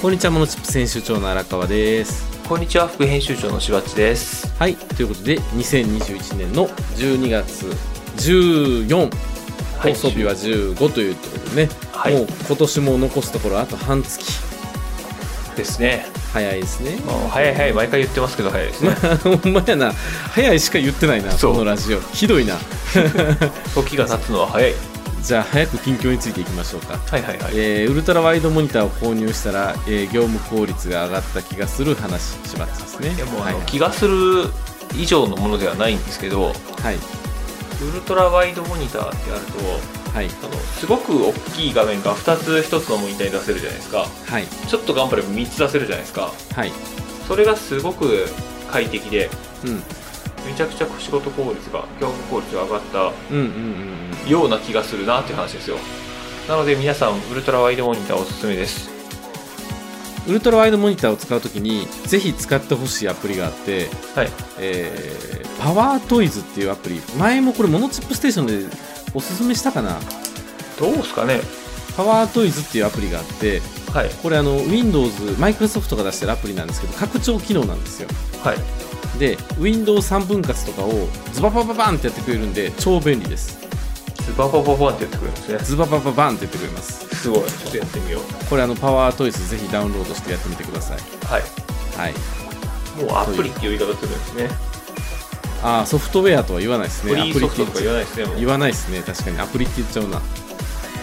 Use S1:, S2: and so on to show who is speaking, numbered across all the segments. S1: こんにちはモノチップ選手長の荒川です
S2: こんにちは副編集長のしばっちです
S1: はいということで2021年の12月14
S2: はい
S1: 放送日は15というところでね、
S2: はい
S1: もう今年も残すところあと半月
S2: ですね、
S1: 早いですね
S2: まあ、早い早い毎回言ってますけど早いですね
S1: ほんまやな早いしか言ってないな
S2: そ
S1: こ
S2: う
S1: のラジオひどいな
S2: 時が経つのは早い
S1: じゃあ早く近況についていきましょうか
S2: はいはいはい
S1: えーウルトラワイドモニターを購入したら、えー業務効率が上がった気がする話しばっちですね
S2: いやもうあ
S1: はい
S2: の、気がする以上のものではないんですけど
S1: はい
S2: ウルトラワイドモニターってやる
S1: はい
S2: とあのすごく大きい画面が2つ1つのモニターに出せるじゃないですか
S1: はい
S2: ちょっと頑張れば3つ出せるじゃないですか
S1: はい
S2: それがすごく快適で
S1: うん
S2: めちゃくちゃ仕事効率が業務効率が上がった
S1: うんうんうん
S2: ような気がするなっていう話ですよなので皆さんウルトラワイドモニターおすすめです
S1: うんウルトラワイドモニターを使うときにぜひ使ってほしいアプリがあって、
S2: はい
S1: えーパワートイズっていうアプリ前もこれモノチップステーションでおすすめしたかな
S2: どうですかね
S1: パワートイズっていうアプリがあって
S2: はい
S1: これあの Windows マイクロソフトが出してるアプリなんですけど拡張機能なんですよ
S2: はい
S1: で Windows3 分割とかをズババババンってやってくれるんで超便利です
S2: スパパパパンってやってくるんですね
S1: ズババババンってやってくれます
S2: すごいちょっとやってみよう
S1: これあのパワートイズぜひダウンロードしてやってみてください
S2: はい
S1: はい
S2: もうアプリっていう言い方するんですね
S1: あーソフトウェアとは言わないです
S2: フ
S1: ね
S2: リーソフトと
S1: ア
S2: か
S1: プリって言っち
S2: 言わないですね
S1: ゃう
S2: もう
S1: 言わないですね確かにアプリって言っちゃうなうん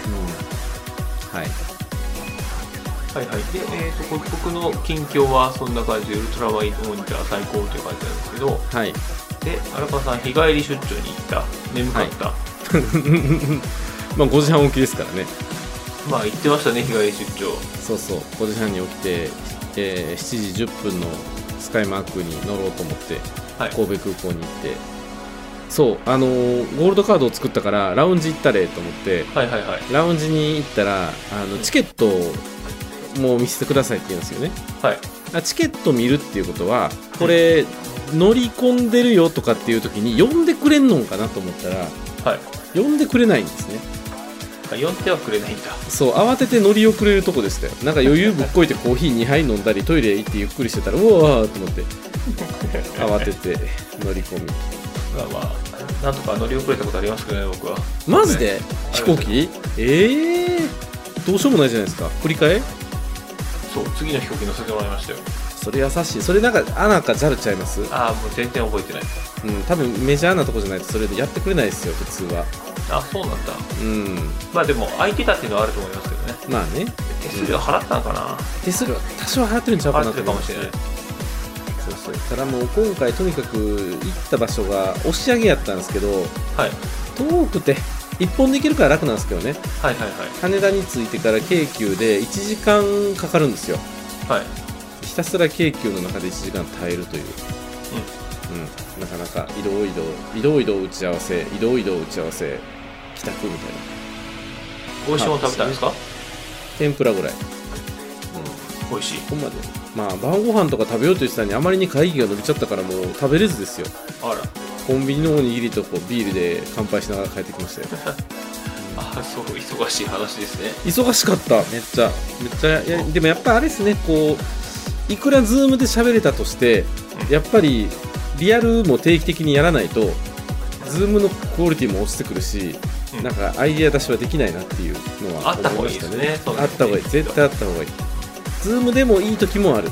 S1: はい
S2: はいはいで、えー、とこ僕の近況はそんな感じでウルトラワイドモニター最高という感じなんですけど
S1: はい
S2: で荒川さん日帰り出張に行った眠かった、
S1: まあ5時半起きですからね
S2: まあ行ってましたね日帰り出張
S1: そうそう5時半に起きて、えー7時10分のスカイマークに乗ろうと思って
S2: はい
S1: 神戸空港に行ってそうあのーゴールドカードを作ったからラウンジ行ったれと思って
S2: はいはいはい
S1: ラウンジに行ったらあのチケットもう見せてくださいって言うんですよね
S2: はい
S1: あチケット見るっていうことはこれ乗り込んでるよとかっていう時に呼んでくれんのかなと思ったら
S2: はい
S1: 呼んでくれないんですね
S2: あ呼んではくれないんだ
S1: そう慌てて乗り遅れるとこでしたよなんか余裕ぶっこいてコーヒー2杯飲んだりトイレ行ってゆっくりしてたらうわーと思って慌てて乗り込み
S2: まあまあなんとか乗り遅れたことありますけどね僕は
S1: マジで飛行機ええー、どうしようもないじゃないですか振り替え
S2: そう次の飛行機乗せてもらいましたよ
S1: それ優しいそれなんか穴か JAL ちゃいます
S2: ああもう全然覚えてない
S1: うん多分メジャーなとこじゃないとそれでやってくれないですよ普通は
S2: あそうなんだ
S1: うん
S2: まあでも空いてたっていうのはあると思いますけどね
S1: まあね
S2: 手数料払ったのかな、
S1: 手数料多少払ってるんちゃうか
S2: 払
S1: な
S2: ってるかもしれない
S1: そうそうただもう今回とにかく行った場所が押し上げやったんですけど
S2: はい
S1: 遠くて一本で行けるから楽なんですけどね
S2: はいはいは
S1: 羽田に着いてから京急で1時間かかるんですよ
S2: いはい
S1: ひたすら京急の中で1時間耐えるといううん、なかなか移動移動移動移動打ち合わせ移動移動打ち合わせ帰宅みたいな
S2: 美味しいもの食べたんですか、
S1: 天ぷらぐらい
S2: うん、美味しい
S1: ここまでまあ晩ご飯とか食べようとしてたのにあまりに会議が伸びちゃったからもう食べれずですよ
S2: あら
S1: コンビニのおにぎりとこうビールで乾杯しながら帰ってきましたよ
S2: あそう忙しい話ですね
S1: 忙しかっためっちゃめっちゃいやでもやっぱあれですねこういくらズームで喋れたとしてやっぱりリアルも定期的にやらないとズームのクオリティも落ちてくるし、
S2: うん
S1: なんかアイディア出しはできないなっていうのは
S2: あった方がいいですね
S1: 思ました
S2: そうですね
S1: あった方がいい絶対あった方がいいズームでもいい時もある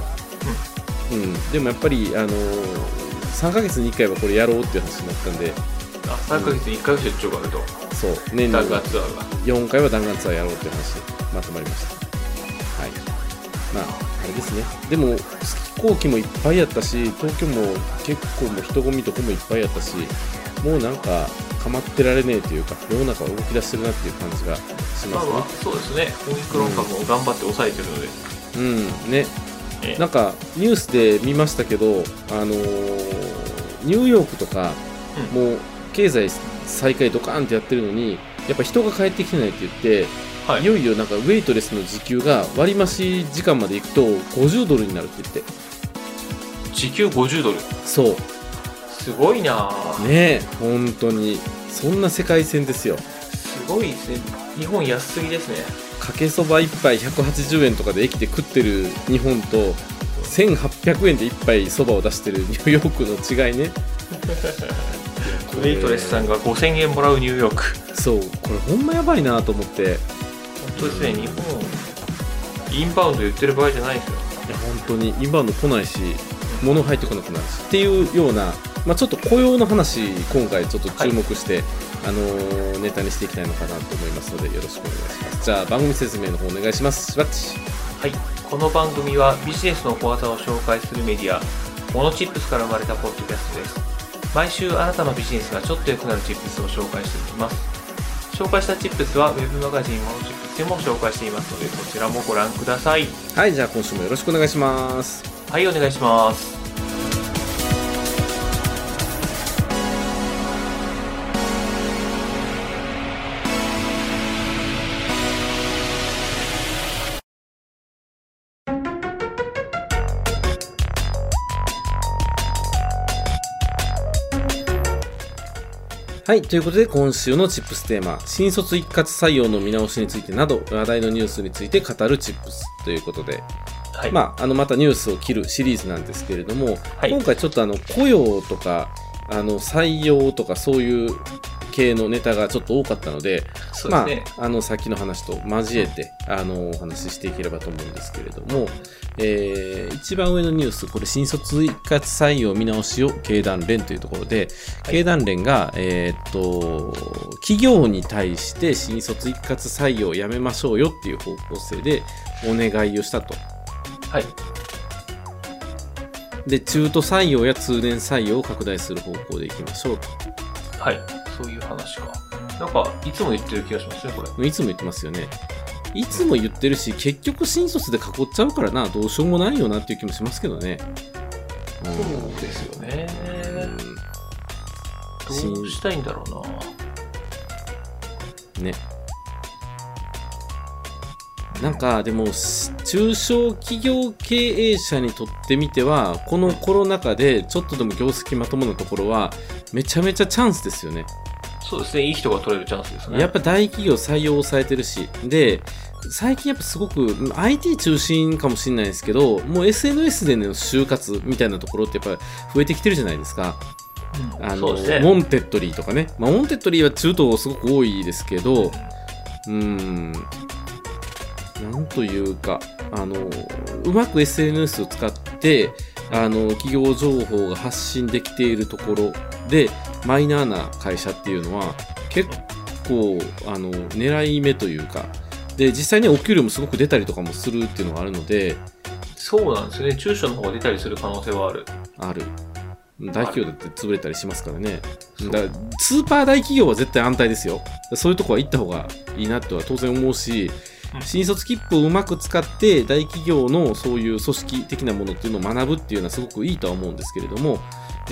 S1: うん、でもやっぱりあの3ヶ月に1回はこれやろうっていう話になったんで
S2: あ3ヶ月に1回出張があると
S1: そう年に
S2: 大学ツアーが
S1: 4回は弾丸ツアーやろうっていう話まとまりましたはいまああれですねでも飛行機もいっぱいやったし東京も結構もう人混みとこもいっぱいやったしもうなんか構ってられねえというか世の中は動き出してるなっていう感じがし
S2: ま
S1: ま
S2: あ
S1: すね
S2: まあそうですねオミクロン株も頑張って抑えてるので、
S1: うんね
S2: ええ
S1: なんかニュースで見ましたけどあのーニューヨークとか
S2: うん
S1: もう経済再開ドカーンってやってるのにやっぱ人が帰ってきてないって言って
S2: はい
S1: いよいよなんかウェイトレスの時給が割増時間までいくと50ドルになるって言って
S2: 時給50ドル
S1: そ
S2: すごいなあ
S1: うねえ本当にそんな世界線ですよ
S2: すごいですね日本安すぎですね
S1: かけそば1杯180円とかで駅で食ってる日本と1800円で1杯そばを出してるニューヨークの違いね
S2: ウェイトレスさんが5000円もらうニューヨーク
S1: そうこれほんまやばいなと思っていや
S2: 本当ですね日本インバウンド言ってる場合じゃないですよ
S1: 本当に今の来ないし物入ってこなくなるしっていうような、まあ、ちょっと雇用の話今回ちょっと注目して、あのーネタにしていきたいのかなと思いますのでよろしくお願いしますじゃあ番組説明の方お願いしますしばっち
S2: はい、この番組はビジネスの小技を紹介するメディアモノチップスから生まれたポッドキャストです毎週あなたのビジネスがちょっと良くなるチップスを紹介していきます紹介したチップスはウェブマガジンモノチップスでも紹介していますのでこちらもご覧ください
S1: はいじゃあ今週もよろしくお願いします
S2: はいお願いします
S1: はい。ということで、今週のチップステーマ、新卒一括採用の見直しについてなど、話題のニュースについて語るチップスということで、
S2: はい、
S1: まあ、あの、またニュースを切るシリーズなんですけれども、
S2: はい
S1: 今回ちょっとあの、雇用とか、あの、採用とか、そういう系のネタがちょっと多かったので、
S2: そうで
S1: ます
S2: ね、
S1: あ、あの、先の話と交えて、あの、お話ししていければと思うんですけれども、えー一番上のニュース、これ、新卒一括採用見直しを経団連というところで、
S2: はい
S1: 経団連が、えーっと、企業に対して新卒一括採用をやめましょうよっていう方向性でお願いをしたと。
S2: はい
S1: で、中途採用や通年採用を拡大する方向でいきましょう
S2: はいそういう話かなんかいつも言ってる気がしますねこれ
S1: と。いつも言ってますよね。いつも言ってるし、結局新卒で囲っちゃうからな、どうしようもないよなっていう気もしますけどね。うん
S2: そうですよね
S1: 新
S2: どうしたいんだろうな
S1: ね。なんかでもし中小企業経営者にとってみてはこのコロナ禍でちょっとでも業績まともなところはめちゃめちゃチャンスですよね。
S2: そうですねいい人が取れるチャンスですね
S1: やっぱ大企業採用を抑えてるしで最近やっぱすごく IT 中心かもしれないですけどもう SNS での就活みたいなところってやっぱ増えてきてるじゃないですか。
S2: うん
S1: あ
S2: そ
S1: の
S2: うですね
S1: モンテッドリーとかね、まあ、モンテッドリーは中東すごく多いですけどうーんなんというかあのうまく SNS を使ってあの企業情報が発信できているところでマイナーな会社っていうのは結構あの狙い目というかで実際にお給料もすごく出たりとかもするっていうのがあるので
S2: そうなんですね。中小の方が出たりする可能性はある。
S1: ある大企業だって潰れたりしますからね
S2: そう
S1: だからスーパー大企業は絶対安泰ですよそういうとこは行った方がいいなとは当然思うし
S2: うん
S1: 新卒切符をうまく使って大企業のそういう組織的なものっていうのを学ぶっていうのはすごくいいとは思うんですけれども、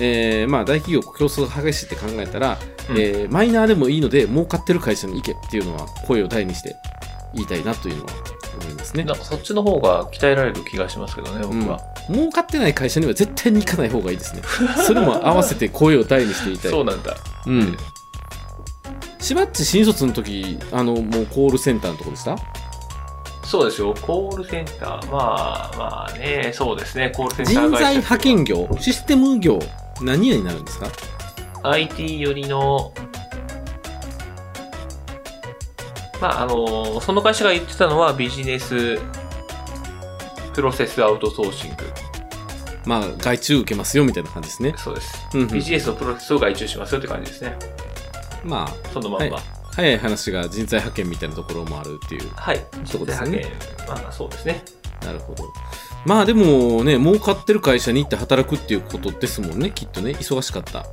S1: えーまあ、大企業競争が激しいって考えたら、
S2: うん
S1: えーマイナーでもいいので儲かってる会社に行けっていうのは声を大にして言いたいなというのは思いますね
S2: なんかそっちの方が鍛えられる気がしますけどね、僕は。
S1: 儲かってない会社には絶対に行かない方がいいですねそれも合わせて声を大にして言い たい
S2: そうなんだ。
S1: うん。しばっち新卒の時、あの、もうコールセンターのとこでした
S2: そうですよ。コールセンター。まあまあね、そうですね。コールセンター会
S1: 人
S2: 社
S1: 材派遣業、システム業、何屋になるんですか
S2: IT 寄りの、まああの、その会社が言ってたのはビジネスプロセスアウトソーシング。
S1: まあ、外注受けますよみたいな感じですね。
S2: そうです。
S1: うんうん
S2: ビジネスのプロセスを外注しますよって感じですね。
S1: まあ、
S2: そのまんま。
S1: は早い話が人材派遣みたいなところもあるっていう。
S2: はい。
S1: そ
S2: 人
S1: う
S2: 材
S1: です
S2: 派
S1: ね
S2: 遣。まあそうですね。
S1: なるほど。まあでもね、儲かってる会社に行って働くっていうことですもんね、きっとね。忙しかった。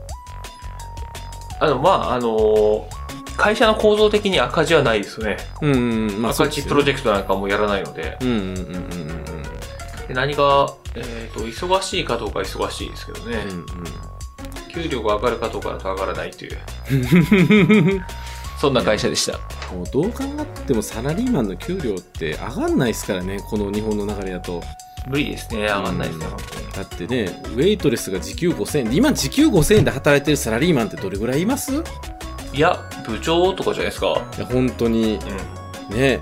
S2: あの、まあ、あの会社の構造的に赤字はないですね。
S1: うんうんうん、まあ、
S2: 赤字プロ
S1: ジ
S2: ジェクトなんかもやらないので。
S1: うんうんうんうんうんうん。
S2: で何が、えっ、と、忙しいかどうか忙しいですけどね
S1: う。ん
S2: 給料が上がるかどうかだと上がらないと いう、
S1: うん
S2: そんな会社でした。
S1: もうどう考えてもサラリーマンの給料って上がんないですからねこの日本の流れだと
S2: 無理ですね。上がんないですね、
S1: うん
S2: 本当に。
S1: だってねウェイトレスが時給5000円で今時給5000円で働いてるサラリーマンってどれぐらいいますい
S2: いや、部長とかじゃないですか。
S1: や本当に
S2: うん。
S1: ね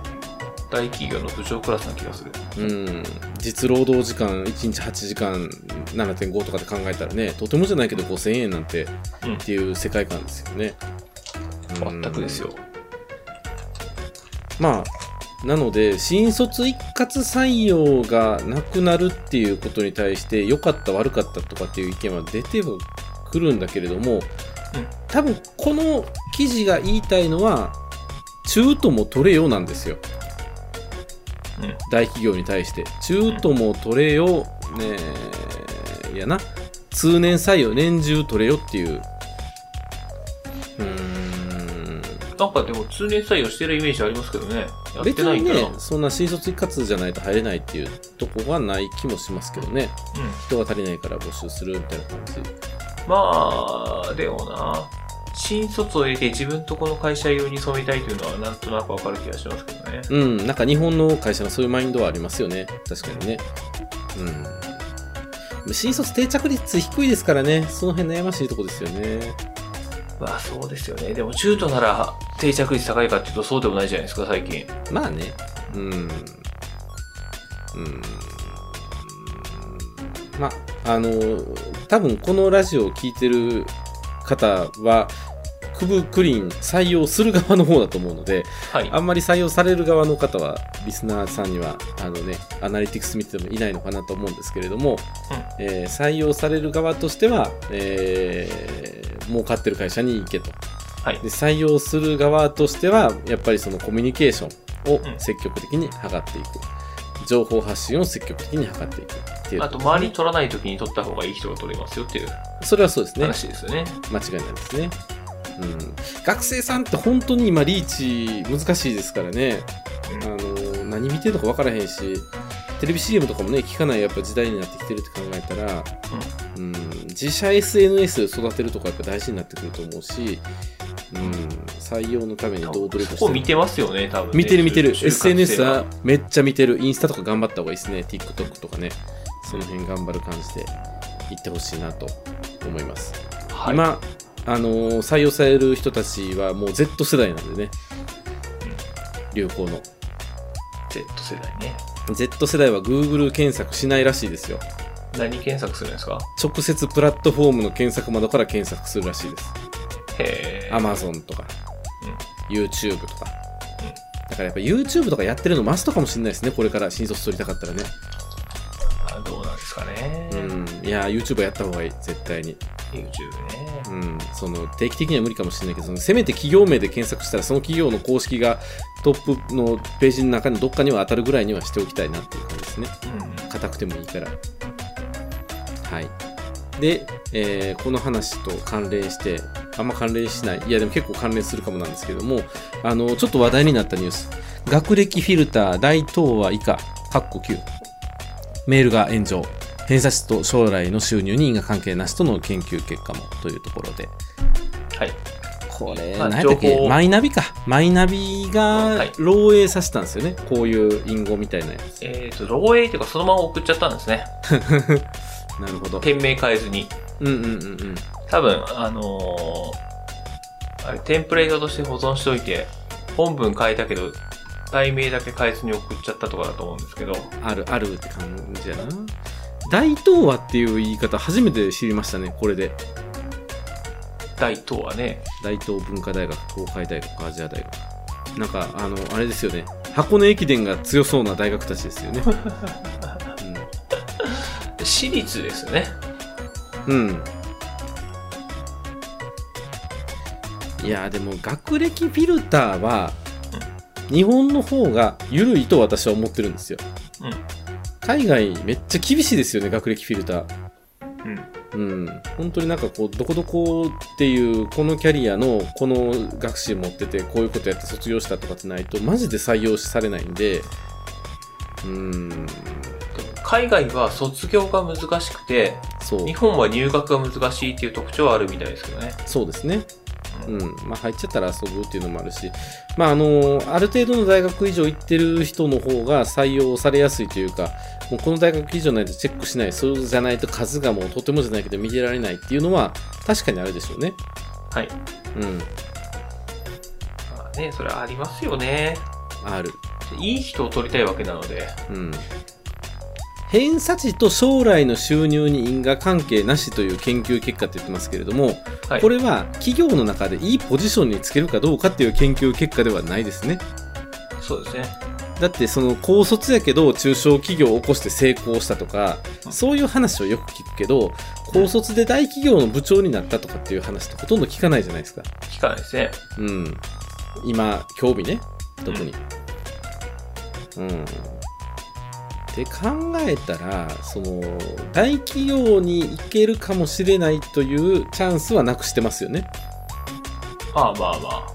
S2: 大企業の部長クラスな気がする。
S1: うん、実労働時間1日8時間7.5とかで考えたらねとてもじゃないけど5000円なんて
S2: うん
S1: っていう世界観ですよね、うん
S2: 全くですよ。
S1: まあなので新卒一括採用がなくなるっていうことに対して良かった悪かったとかっていう意見は出てはくるんだけれども、多分この記事が言いたいのは中途も取れよなんですよ、
S2: うん
S1: 大企業に対して中途も取れよ、ねえやな通年採用年中取れよっていううーん
S2: なんかでも通年採用してるイメージありますけどね。やっ
S1: 別
S2: てない
S1: に
S2: んだな。
S1: ね、そんな新卒一括じゃないと入れないっていうとこはない気もしますけどね。
S2: うん。
S1: 人が足りないから募集するみたいな感じ。
S2: まあ、でもな、新卒を入れて自分とこの会社用に染めたいというのはなんとなくわかる気がしますけどね。
S1: うん、なんか日本の会社のそういうマインドはありますよね。確かにね。うん。新卒定着率低いですからね。その辺悩ましいとこですよね。
S2: まあそうですよね。でも中途なら定着率高いかっていうとそうでもないじゃないですか、最近。
S1: まあね。うん。うん。まあ、あの、多分このラジオを聞いてる方は、くぶくりん採用する側の方だと思うので、
S2: はい。
S1: あんまり採用される側の方は、リスナーさんには、あのね、アナリティクス見てもいないのかなと思うんですけれども、えー採用される側としては、えー儲かってる会社に行けと。
S2: はい
S1: で。採用する側としてはやっぱりそのコミュニケーションを積極的に図っていく、情報発信を積極的に図っていくっていう
S2: あと、周り取らない時に取った方がいい人が取れますよっていう
S1: それはそうですね
S2: 話ですよね。
S1: 間違いないですね、うん、学生さんって本当に今リーチ難しいですからね、
S2: うん
S1: あのー何見てるのか分からへんしテレビ CM とかもね聞かないやっぱ時代になってきてるって考えたら、うん自社 SNS 育てるとかやっぱ大事になってくると思うし、うん、採用のためにどう努力して
S2: そこ
S1: る
S2: 見てますよね、多分ね、
S1: 見てる見てる
S2: 就活生
S1: SNS
S2: は
S1: はめっちゃ見てるインスタとか頑張った方がいいですね TikTok とかねその辺頑張る感じでいってほしいなと思います、
S2: はい、
S1: 今あのー採用される人たちはもう Z 世代なんでね流行の
S2: Z 世代ね。
S1: Z 世代は Google 検索しないらしいですよ
S2: 何検索するんですか
S1: 直接プラットフォームの検索窓から検索するらしいです
S2: へえ。
S1: Amazon とか、YouTube とか、
S2: うん
S1: だからやっぱ YouTube とかやってるのマストかもしれないですねこれから新卒取りたかったらね
S2: あどうなんですかね。
S1: うん、いやー YouTube やった方がいい絶対に、
S2: YouTube ね。
S1: うん、その定期的には無理かもしれないけどそのせめて企業名で検索したらその企業の公式がトップのページの中のどっかには当たるぐらいにはしておきたいなっていう感じですね
S2: うん。
S1: 硬くてもいいからはいで、えーこの話と関連してあんま関連しないいやでも結構関連するかもなんですけどもあのちょっと話題になったニュース学歴フィルター大東亜以下括弧9メールが炎上偏差値と将来の収入に因果関係なしとの研究結果もというところで
S2: はい。
S1: これ、
S2: まあ
S1: 何やったっ
S2: 情
S1: け
S2: 報を
S1: マイナビかマイナビ
S2: は
S1: が
S2: い
S1: 漏洩させたんですよね、こういう隠語みたいなやつ
S2: えっ、と、漏洩っていうか、そのまま送っちゃったんですね。
S1: なるほど
S2: 店名変えずに。
S1: うんうんうんうん
S2: 多分、あのーあれ、テンプレートとして保存しておいて、本文変えたけど、題名だけ変えずに送っちゃったとかだと思うんですけど、
S1: あるあるって感じやな大東亜っていう言い方初めて知りましたねこれで
S2: 大東はね、
S1: 大東文化大学東海大学アジア大学なんかあのあれですよね箱根駅伝が強そうな大学たちで すよね
S2: 私立ですね。
S1: うん、うんいやでも学歴フィルターは日本の方が緩いと私は思ってるんですよ
S2: うん。
S1: 海外めっちゃ厳しいですよね学歴フィルター
S2: うん。
S1: うん、本当になんかこうどこどこっていうこのキャリアのこの学習持っててこういうことやって卒業したとかってないとマジで採用されないんでうん
S2: 海外は卒業が難しくて、
S1: そう
S2: 日本は入学が難しいっていう特徴はあるみたいですけどね。
S1: そうですね
S2: う
S1: うんんまあ、入っちゃったら遊ぶっていうのもあるし、まあ、あのある程度の大学以上行ってる人の方が採用されやすいというかもうこの大学以上ないとチェックしないそうじゃないと数がもうとてもじゃないけど見てられないっていうのは確かにあるでしょうね。
S2: はい。
S1: うん
S2: まあね、それはありますよね。
S1: ある
S2: いい人を取りたいわけなので、
S1: うん、偏差値と将来の収入に因果関係なしという研究結果って言ってますけれども、
S2: はい、
S1: これは企業の中でいいポジションにつけるかどうかっていう研究結果ではないですね
S2: そうですね。
S1: だってその高卒やけど中小企業を起こして成功したとかそういう話をよく聞くけど高卒で大企業の部長になったとかっていう話ってほとんど聞かないじゃないですか
S2: 聞かないですね。
S1: うん今興味ね特にうん、って考えたらその大企業に行けるかもしれないというチャンスはなくしてますよね
S2: まあまあまあ。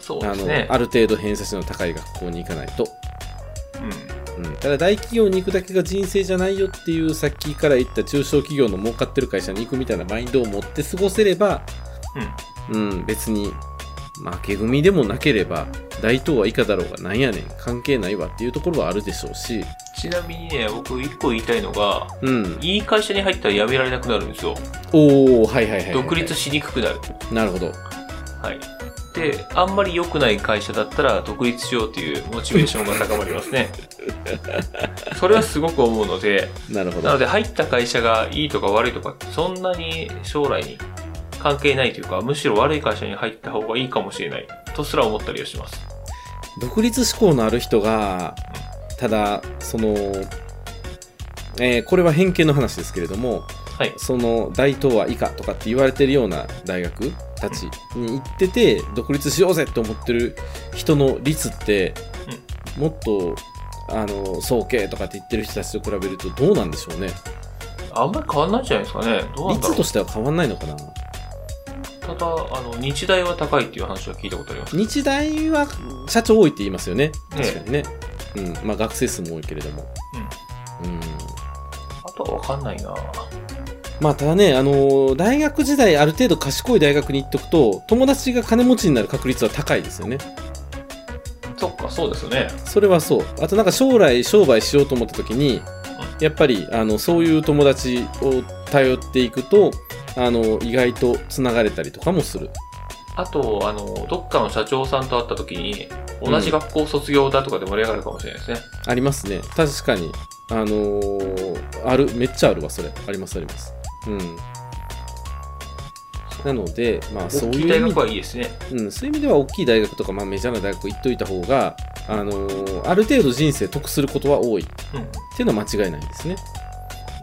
S2: そう
S1: あ
S2: です
S1: の
S2: ね。
S1: ある程度偏差値の高い学校に行かないと、
S2: うん。
S1: うん、ただ大企業に行くだけが人生じゃないよっていうさっきから言った中小企業の儲かってる会社に行くみたいなマインドを持って過ごせれば、
S2: うん。
S1: うん、別に負け組でもなければ大東は以下だろうがなんやねん関係ないわっていうところはあるでしょうし、
S2: ちなみにね、僕一個言いたいのが、
S1: うん、
S2: いい会社に入ったら辞められなくなるんですよ。
S1: おおはいはいはいはい、
S2: 独立しにくくなる。
S1: なるほど
S2: はい。で、あんまり良くない会社だったら独立しようというモチベーションが高まりますね。 それはすごく思うので、
S1: なるほ
S2: なの
S1: ど
S2: で入った会社がいいとか悪いとか、そんなに将来に関係ないというか、むしろ悪い会社に入った方がいいかもしれないとすら思ったりはします。
S1: 独立志向のある人がただその、えーこれは偏見の話ですけれども、
S2: はい。
S1: その大東亜以下とかって言われてるような大学たちに行ってて独立しようぜって思ってる人の率ってもっとあの総計とかって言ってる人たちと比べるとどうなんでしょうね
S2: あんまり変わんないんじゃないですかね。どうなんだろ
S1: 率
S2: う
S1: と。しては変わんないのかな
S2: ただ、あの、日大は高いっていう話は聞いたことあります。
S1: 日大は社長多いって言いますよね
S2: ええ
S1: 確かにね、うんまあ、学生数も多いけれども、うん
S2: あとはわかんないな
S1: まあただねあの大学時代ある程度賢い大学に行っとくと友達が金持ちになる確率は高いですよね
S2: そっか、そうですよね。
S1: それはそうあとなんか将来商売しようと思った時にやっぱりあのそういう友達を頼っていくとあの意外とつながれたりとかもする
S2: あと、あの、どっかの社長さんと会った時に、同じ学校卒業だとかで盛り上がるかもしれないですね。
S1: ありますね確かにあのーあるめっちゃあるわそれありますありますうんなのでまあそう
S2: 大き
S1: い
S2: いう大
S1: 意味
S2: 学はいいですね。
S1: うん、そういう意味では大きい大学とか、まあ、メジャーな大学行っといた方が、あのーある程度人生得することは多いっ
S2: うん。い
S1: ていうのは間違いないですね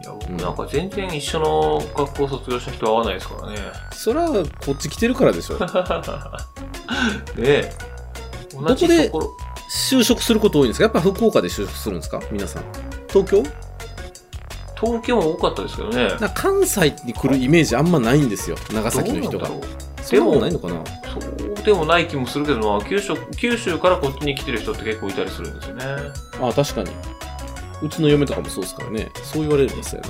S2: や、
S1: う
S2: 僕
S1: ん
S2: なんか全然一緒の学校卒業した人は会わないですからね。
S1: それはこっち来てるからでしょ
S2: ねえ。同じところ、
S1: 就職すること多いんですかやっぱ福岡で就職するんですか皆さん東京
S2: 東京も多かったですけどね。
S1: なんか関西に来るイメージあんまないんですよ長
S2: どう
S1: 崎の人が
S2: なんだろう
S1: そんなことないのかな
S2: そうでもない気もするけどな九州九州からこっちに来てる人って結構いたりするんですよね
S1: あ確かにうちの嫁とかもそうですからねそう言われるんですよね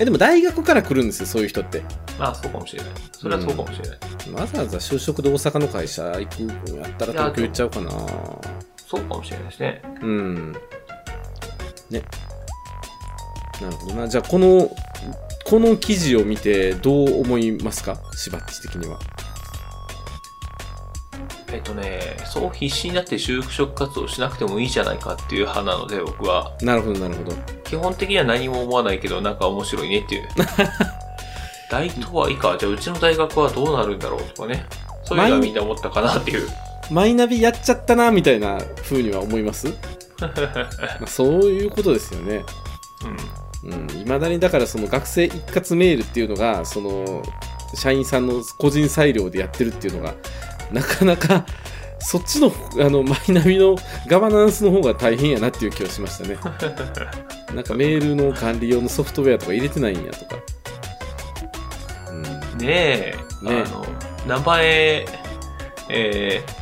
S1: えでも大学から来るんですよそういう人って
S2: まあそうかもしれないそれはそうかもしれない、
S1: わざわざ就職で大阪の会社行くんやったら
S2: いや
S1: 東京行っちゃうかな
S2: そうかもしれないですね
S1: うんねなるほどなじゃあこのこの記事を見てどう思いますかしばっち的には
S2: えっとねそう必死になって就職活動しなくてもいいじゃないかっていう派なので僕は
S1: なるほどなるほど
S2: 基本的には何も思わないけどなんか面白いねっていう大東は以下じゃあうちの大学はどうなるんだろうとかねそういうのはみんな思ったかなっていう
S1: マイナビやっちゃったなみたいな風には思いますまあそういうことですよね。
S2: うん
S1: い、ま、だにだからその学生一括メールっていうのがその社員さんの個人裁量でやってるっていうのがなかなかそっちのあのマイナビのガバナンスの方が大変やなっていう気はしましたね。なんかメールの管理用のソフトウェアとか入れてないんやとか。うん、
S2: ねえ、
S1: ねえ
S2: あの、名前、えー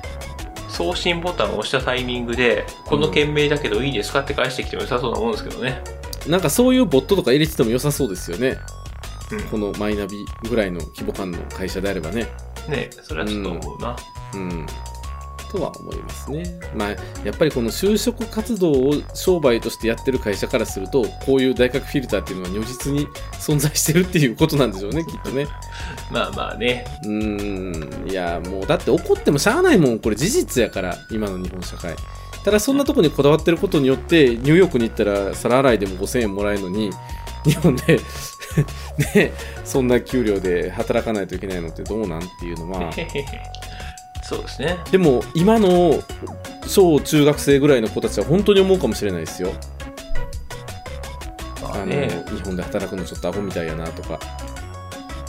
S2: 送信ボタンを押したタイミングで、この件名だけどいいですかって返してきても良さそうなもんですけどね。
S1: なんかそういうボットとか入れてても良さそうですよね。
S2: うん
S1: このマイナビぐらいの規模感の会社であればね。
S2: ねえそれはちょっと思うな。
S1: うん、とは思いますね。まあ、やっぱりこの就職活動を商売としてやってる会社からすると、こういう大学フィルターっていうのは如実に存在してるっていうことなんでしょうね、きっとね。
S2: まあまあね。
S1: うん、いや、もうだって怒ってもしゃあないもん、これ事実やから、今の日本社会。ただそんなとこにこだわってることによってニューヨークに行ったら皿洗いでも5000円もらえるのに日本で ねそんな給料で働かないといけないのってどうなんっていうのは
S2: そうですね。
S1: でも今の小中学生ぐらいの子たちは本当に思うかもしれないですよ
S2: ま
S1: あ
S2: あ
S1: の
S2: ね、
S1: 日本で働くのちょっとアホみたいやなとか
S2: どうなんです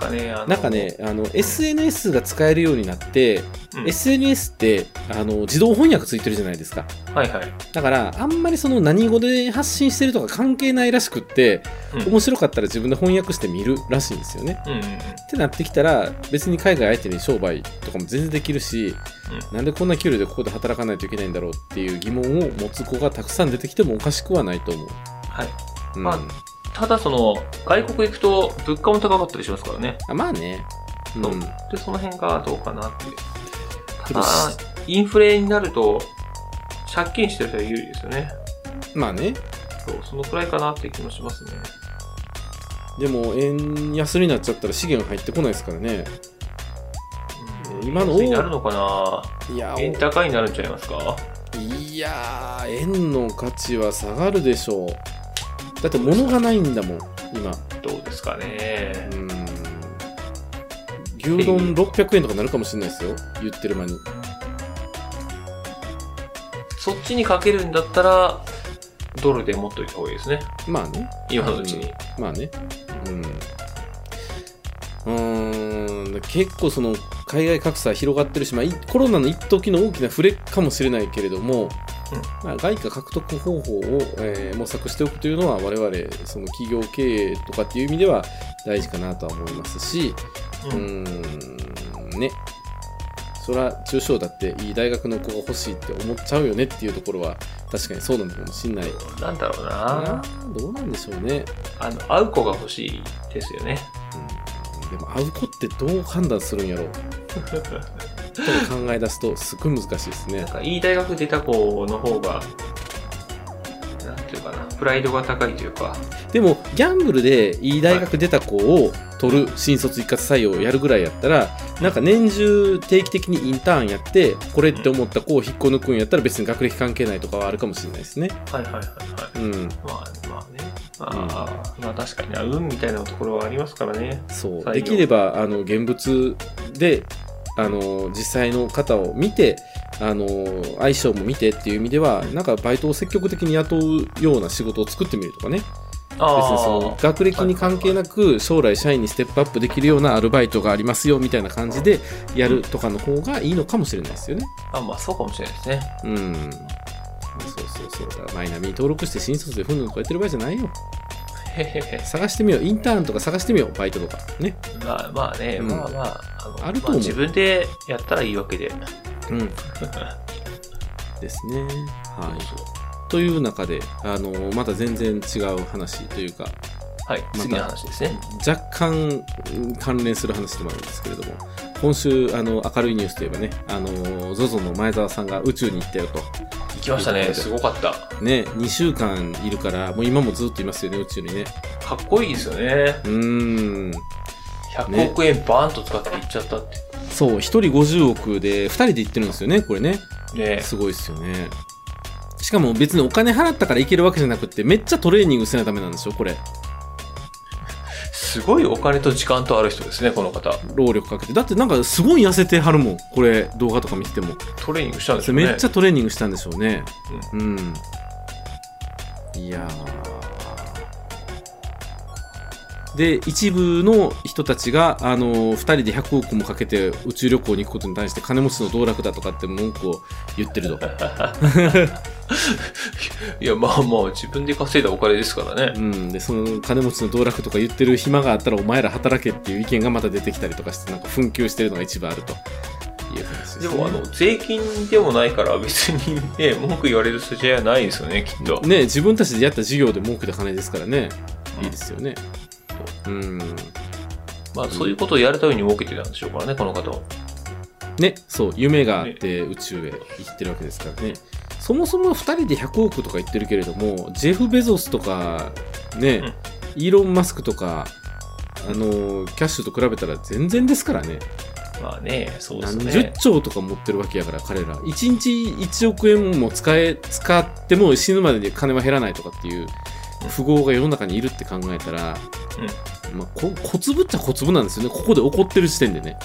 S2: かね。あの
S1: なんか、ねあの SNS が使えるようになって、
S2: うん
S1: SNS ってあの自動翻訳ついてるじゃないですか
S2: はいはい。
S1: だからあんまりその何語で発信してるとか関係ないらしくって、
S2: うん
S1: 面白かったら自分で翻訳してみるらしいんですよね。
S2: うんうんうん。
S1: ってなってきたら別に海外相手に商売とかも全然できるし、なんでこんな給料でここで働かないといけないんだろうっていう疑問を持つ子がたくさん出てきてもおかしくはないと思う。
S2: はい。
S1: うん
S2: まただその、外国行くと物価も高かったりしますからね。
S1: あまあね。うん
S2: そうで、その辺がどうかなっていう。た
S1: で
S2: だ
S1: もし、
S2: インフレになると、借金してる人は有利ですよね。
S1: まあね。
S2: そう、そのくらいかなって気もしますね。
S1: でも円安になっちゃったら資源入ってこないですからね。
S2: うん
S1: 今の
S2: 安いなるのかない
S1: や
S2: 円高になるんちゃいますか
S1: いやー円の価値は下がるでしょうだって物がないんだもん今
S2: どうですか
S1: う
S2: ね。
S1: ーん牛丼600円とかなるかもしれないですよ言ってる間に
S2: そっちにかけるんだったら、ドルで持っといた方がいいですね。
S1: まあね
S2: 今のうちに。
S1: まあねうんうーん結構その海外格差広がってるし、まあ、いコロナの一時の大きな触れかもしれないけれども、
S2: うん
S1: まあ、外貨獲得方法を、えー模索しておくというのは我々その企業経営とかっていう意味では大事かなとは思いますし、う
S2: うん
S1: ーんねそれは中小だっていい大学の子が欲しいって思っちゃうよねっていうところは確かにそうなのかもしれない
S2: なんだろう
S1: な
S2: な
S1: どうなんでしょうね、
S2: あの、会う子が欲しいですよね。
S1: うん、でも会う子ってどう判断するんやろうと考え出すとすごい難しいですね
S2: なんかいい大学出た子の方が、なんていうかな、プライドが高いというか、
S1: でもギャンブルでいい大学出た子を取る新卒一括採用をやるぐらいやったらなんか年中定期的にインターンやってこれって思った子を引っこ抜くんやったら別に学歴関係ないとかはあるかもしれないですね
S2: はいはいはいはい。
S1: うん
S2: まあまあね、まあ、まあ確かにな、運みたいなところはありますからね。
S1: そ
S2: 採
S1: う
S2: 用
S1: できればあの現物であの実際の方を見てあの相性も見てっていう意味ではなんかバイトを積極的に雇うような仕事を作ってみるとかね別にその
S2: あ
S1: 学歴に関係なく将来社員にステップアップできるようなアルバイトがありますよみたいな感じでやるとかの方がいいのかもしれないですよね。
S2: あ、あまあそうかもしれないですね。
S1: うんそうそうそうだからマイナビに登録して新卒でふんぬんとかやってる場合じゃないよ
S2: へへへ
S1: 探してみようインターンとか探してみようバイトとかね
S2: まあまあね、
S1: うん
S2: まあまあ、あの
S1: あると
S2: ま
S1: 思う
S2: 自分でやったらいいわけで。
S1: うんですねは
S2: そうそう
S1: いという中であのまた全然違う話というか
S2: はい、
S1: た
S2: 次の話ですね。
S1: 若干うん関連する話でもあるんですけれども今週あの明るいニュースといえばねあの ZOZO の前澤さんが宇宙に行ったよと
S2: 行きましたね、すごかった。
S1: ね、2週間いるから、もう今もずっといますよね、宇宙にね。
S2: かっこいいですよね。
S1: うーん。
S2: 100億円バーンと使って行っちゃったって。
S1: そう、1人50億で、2人で行ってるんですよね、これね。
S2: ね
S1: すごいですよね。しかも別にお金払ったから行けるわけじゃなくって、めっちゃトレーニングせなダメなんでしょ、これ。
S2: すごいお金と時間とある人ですね、この方。
S1: 労力かけて。だってなんかすごい痩せてはるもん、これ、動画とか見てても。
S2: トレーニングしたんです
S1: そ
S2: よ
S1: れ
S2: ね。
S1: めっちゃトレーニングしたんでしょうね。うん。いやーで、一部の人たちが、あのー、2人で100億もかけて宇宙旅行に行くことに対して金持ちの道楽だとかって文句を言ってると。
S2: いや、まあまあ、自分で稼いだお金ですから
S1: う
S2: ね。
S1: ん。で、その金持ちの道楽とか言ってる暇があったらお前ら働けっていう意見がまた出てきたりとかして、なんか紛糾してるのが一部あるという話です、
S2: で
S1: ね。
S2: も、あの、税金でもないから、別にね、文句言われる筋合いはないですよね、きっと。
S1: ね、自分たちでやった事業で儲けた金ですからね。いいですよね。うん。
S2: まあ、そういうことをやるために儲けてたんでしょうからね、この方は。
S1: ね、そう、夢があって宇宙へ行ってるわけですからね。そもそも2人で100億とか言ってるけれども、ジェフ・ベゾスとか、ね、イーロン・マスクとか、あのーキャッシュと比べたら全然ですからね。
S2: まあね、そうです
S1: 何
S2: ね
S1: 十。兆とか持ってるわけやから彼ら1日1億円も使え使っても死ぬまでに金は減らないとかっていう富豪が世の中にいるって考えたら、まあ、こ小粒っちゃ小粒なんですよねここで怒ってる時点で ね、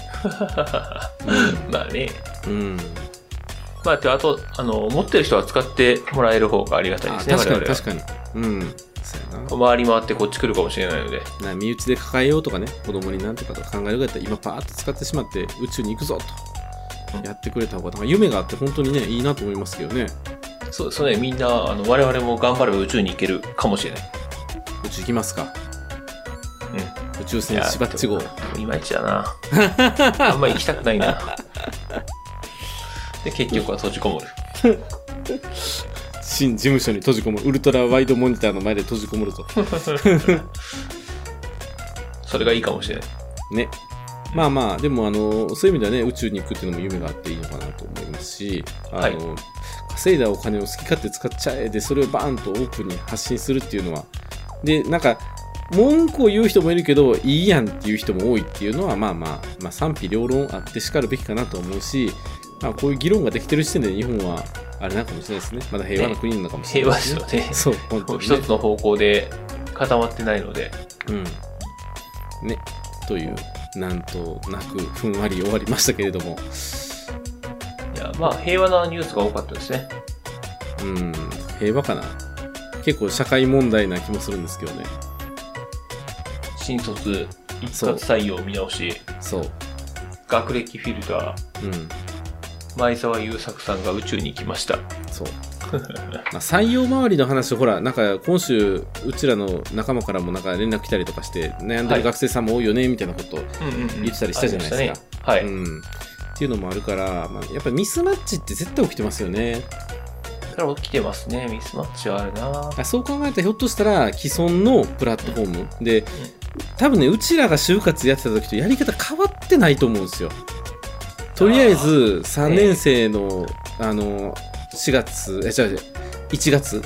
S2: まあね。
S1: うん、
S2: まあ、てあと、あの、持ってる人は使ってもらえる方がありがたいで
S1: あ
S2: すね、
S1: 確かに
S2: 我々は
S1: 確かにうんそうやな
S2: 回り回ってこっち来るかもしれないので。
S1: な身内で抱えようとかね子供になんとかとか考えるぐらいだったら今パーッと使ってしまって宇宙に行くぞ
S2: う
S1: と
S2: ん
S1: やってくれた方がなんか夢があって本当にねいいなと思いますけどね
S2: そうですね、みんな、あの、我々も頑張れば宇宙に行けるかもしれない。
S1: 宇宙行きますか
S2: うん。
S1: 宇宙船しばっち号
S2: いまいちだ な。あんまり行きたくないな。で、結局は閉じこもる。
S1: 新事務所に閉じこもるウルトラワイドモニターの前で閉じこも ると
S2: それがいいかもしれない。
S1: ねまあまあでもあのそういう意味ではね宇宙に行くっていうのも夢があっていいのかなと思いますしあの、稼いだお金を好き勝手使っちゃえでそれをバーンとオープンに発信するっていうのはでなんか文句を言う人もいるけどいいやんっていう人も多いっていうのはまあまあ、まあ、賛否両論あってしかるべきかなと思うし、まあ、こういう議論ができてる時点で日本はあれなのかもしれないですねまだ平和な国なのかもしれ
S2: 平
S1: な
S2: 和
S1: い
S2: ですよね。
S1: そう本当に、ね
S2: 一つ、の方向で固まってないので。
S1: うん。ね。という、なんとなくふんわり終わりましたけれども、
S2: いや、まあ、平和なニュースが多かったですね。
S1: うん、平和かな。結構社会問題な気もするんですけどね。
S2: 新卒、一
S1: そう
S2: 括採用見直し、
S1: そう。
S2: 学歴フィルター、
S1: うん。
S2: 前澤友作さんが宇宙に行きました。
S1: そう。まあ、採用周りの話、ほら、なんか今週、うちらの仲間からもなんか連絡来たりとかして、悩んで
S2: は
S1: る
S2: い
S1: 学生さんも多いよね、みたいなこと
S2: うんうんうん
S1: 言ってたりしたじゃないですか
S2: ありましたねはい。
S1: うん。っていうのもあるから、まあ、やっぱミスマッチって絶対起きてますよね。
S2: だから起きてますね。ミスマッチはあるな。
S1: あそう考えたらひょっとしたら既存のプラットフォームで多分ねうちらが就活やってた時とやり方変わってないと思うんですよとりあえず3年生のあの4月え違う違う1月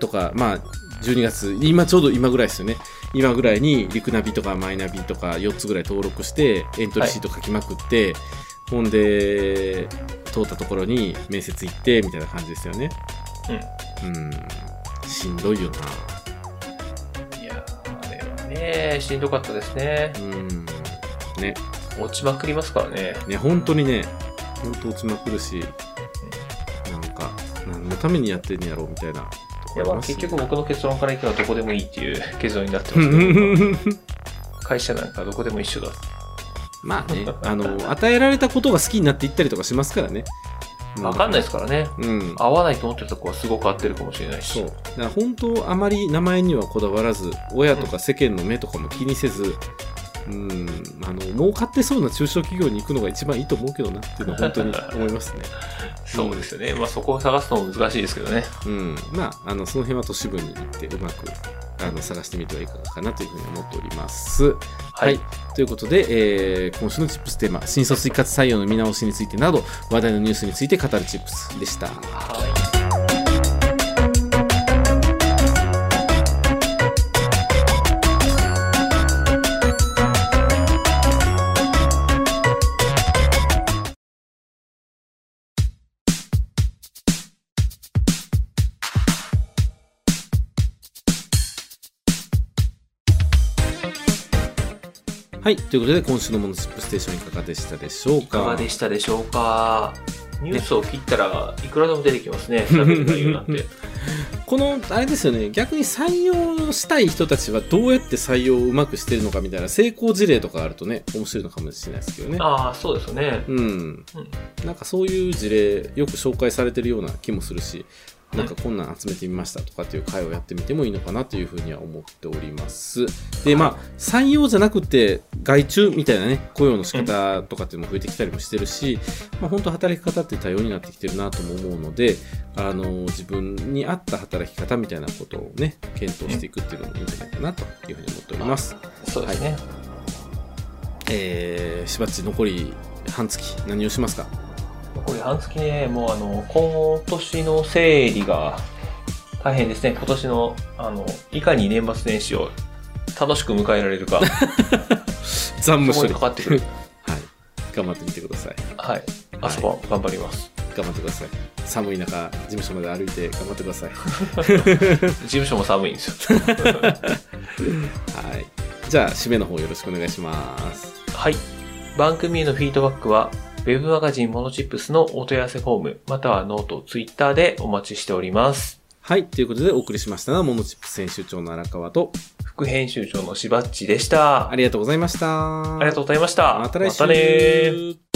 S1: とかまあ12月今ちょうど今ぐらいですよね今ぐらいにリクナビとかマイナビとか4つぐらい登録してエントリーシート書きまくって、ほんで通ったところに面接行ってみたいな感じですよね
S2: うん。
S1: うんしんどいよな。
S2: いやー、あれはね、しんどかったですね
S1: う。ん。ね。
S2: 落ちまくりますからね。
S1: ね、本当にね、本当落ちまくるし、なんか、何のためにやってんやろうみ たいな
S2: いや、
S1: とこあり
S2: まあ
S1: ます
S2: 結
S1: ね
S2: 局僕の結論からいけばどこでもいいって いう結論になって
S1: う
S2: ますけど、
S1: ん
S2: 会社なんかどこでも一緒だ。
S1: まあね、あの、与えられたことが好きになっていったりとかしますからね。
S2: わかんないですからね。
S1: うん。
S2: 合わないと思ってた子はすごく合ってるかもしれないし。
S1: そう。だから本当、あまり名前にはこだわらず、親とか世間の目とかも気にせず、うん、あの、儲かってそうな中小企業に行くのが一番いいと思うけどなっていうのは本当に思いますね。
S2: そうですよね。まあそこを探すのも難しいですけどね。
S1: うん、まあ、あの、その辺は都市部に行ってうまく、あの、探してみてはいかがかなというふうに思っております。
S2: はい。
S1: ということで、えー今週のチップステーマ、新卒一括採用の見直しについてなど、話題のニュースについて語るチップスでした。
S2: はい。
S1: はい、ということで、今週のモノチップステーションいかがでしたでしょうか
S2: いかがでしたでしょうか。ニュースを切ったらいくらでも出てきますね。喋る内容なんて。
S1: この、あれですよね、逆に採用したい人たちはどうやって採用をうまくしてるのかみたいな成功事例とかあるとね、面白いのかもしれないですけどね。
S2: ああ、そうですね。
S1: うん、なんかそういう事例よく紹介されてるような気もするしなんかこんなん集めてみましたとかっていう会をやってみてもいいのかなというふうには思っておりますでまあ採用じゃなくて外注みたいなね雇用の仕方とかっていうのも増えてきたりもしてるし、まあ、本当働き方って多様になってきてるなとも思うのであの自分に合った働き方みたいなことをね検討していくっていうのもいいんじゃないかなというふうに思っております
S2: そうですね。
S1: えー、しばっち残り半月何をしますか
S2: これ半月ね、もうあの、今年の整理が大変ですね。今年の、あの、いかに年末年始を 楽しく迎えられるか、
S1: 残務
S2: そこに
S1: 処理
S2: かかってくる。
S1: はい。頑張ってみてください。
S2: はい。あそこは頑張ります。
S1: 頑張ってください。寒い中、事務所まで歩いて頑張ってください。
S2: 事務所も寒いんですよ。
S1: はい。じゃあ、締めの方よろしくお願いします。
S2: はい。番組へのフィードバックは、ウェブマガジンモノチップスのお問い合わせフォーム、またはノート、ツイッターでお待ちしております。
S1: はい。ということで、お送りしましたのは、モノチップ編集長の荒川と、
S2: 副編集長のしばっちでした。
S1: あ
S2: あ
S1: りがとうございました。あ
S2: りがとうございました。
S1: また来週。
S2: またねー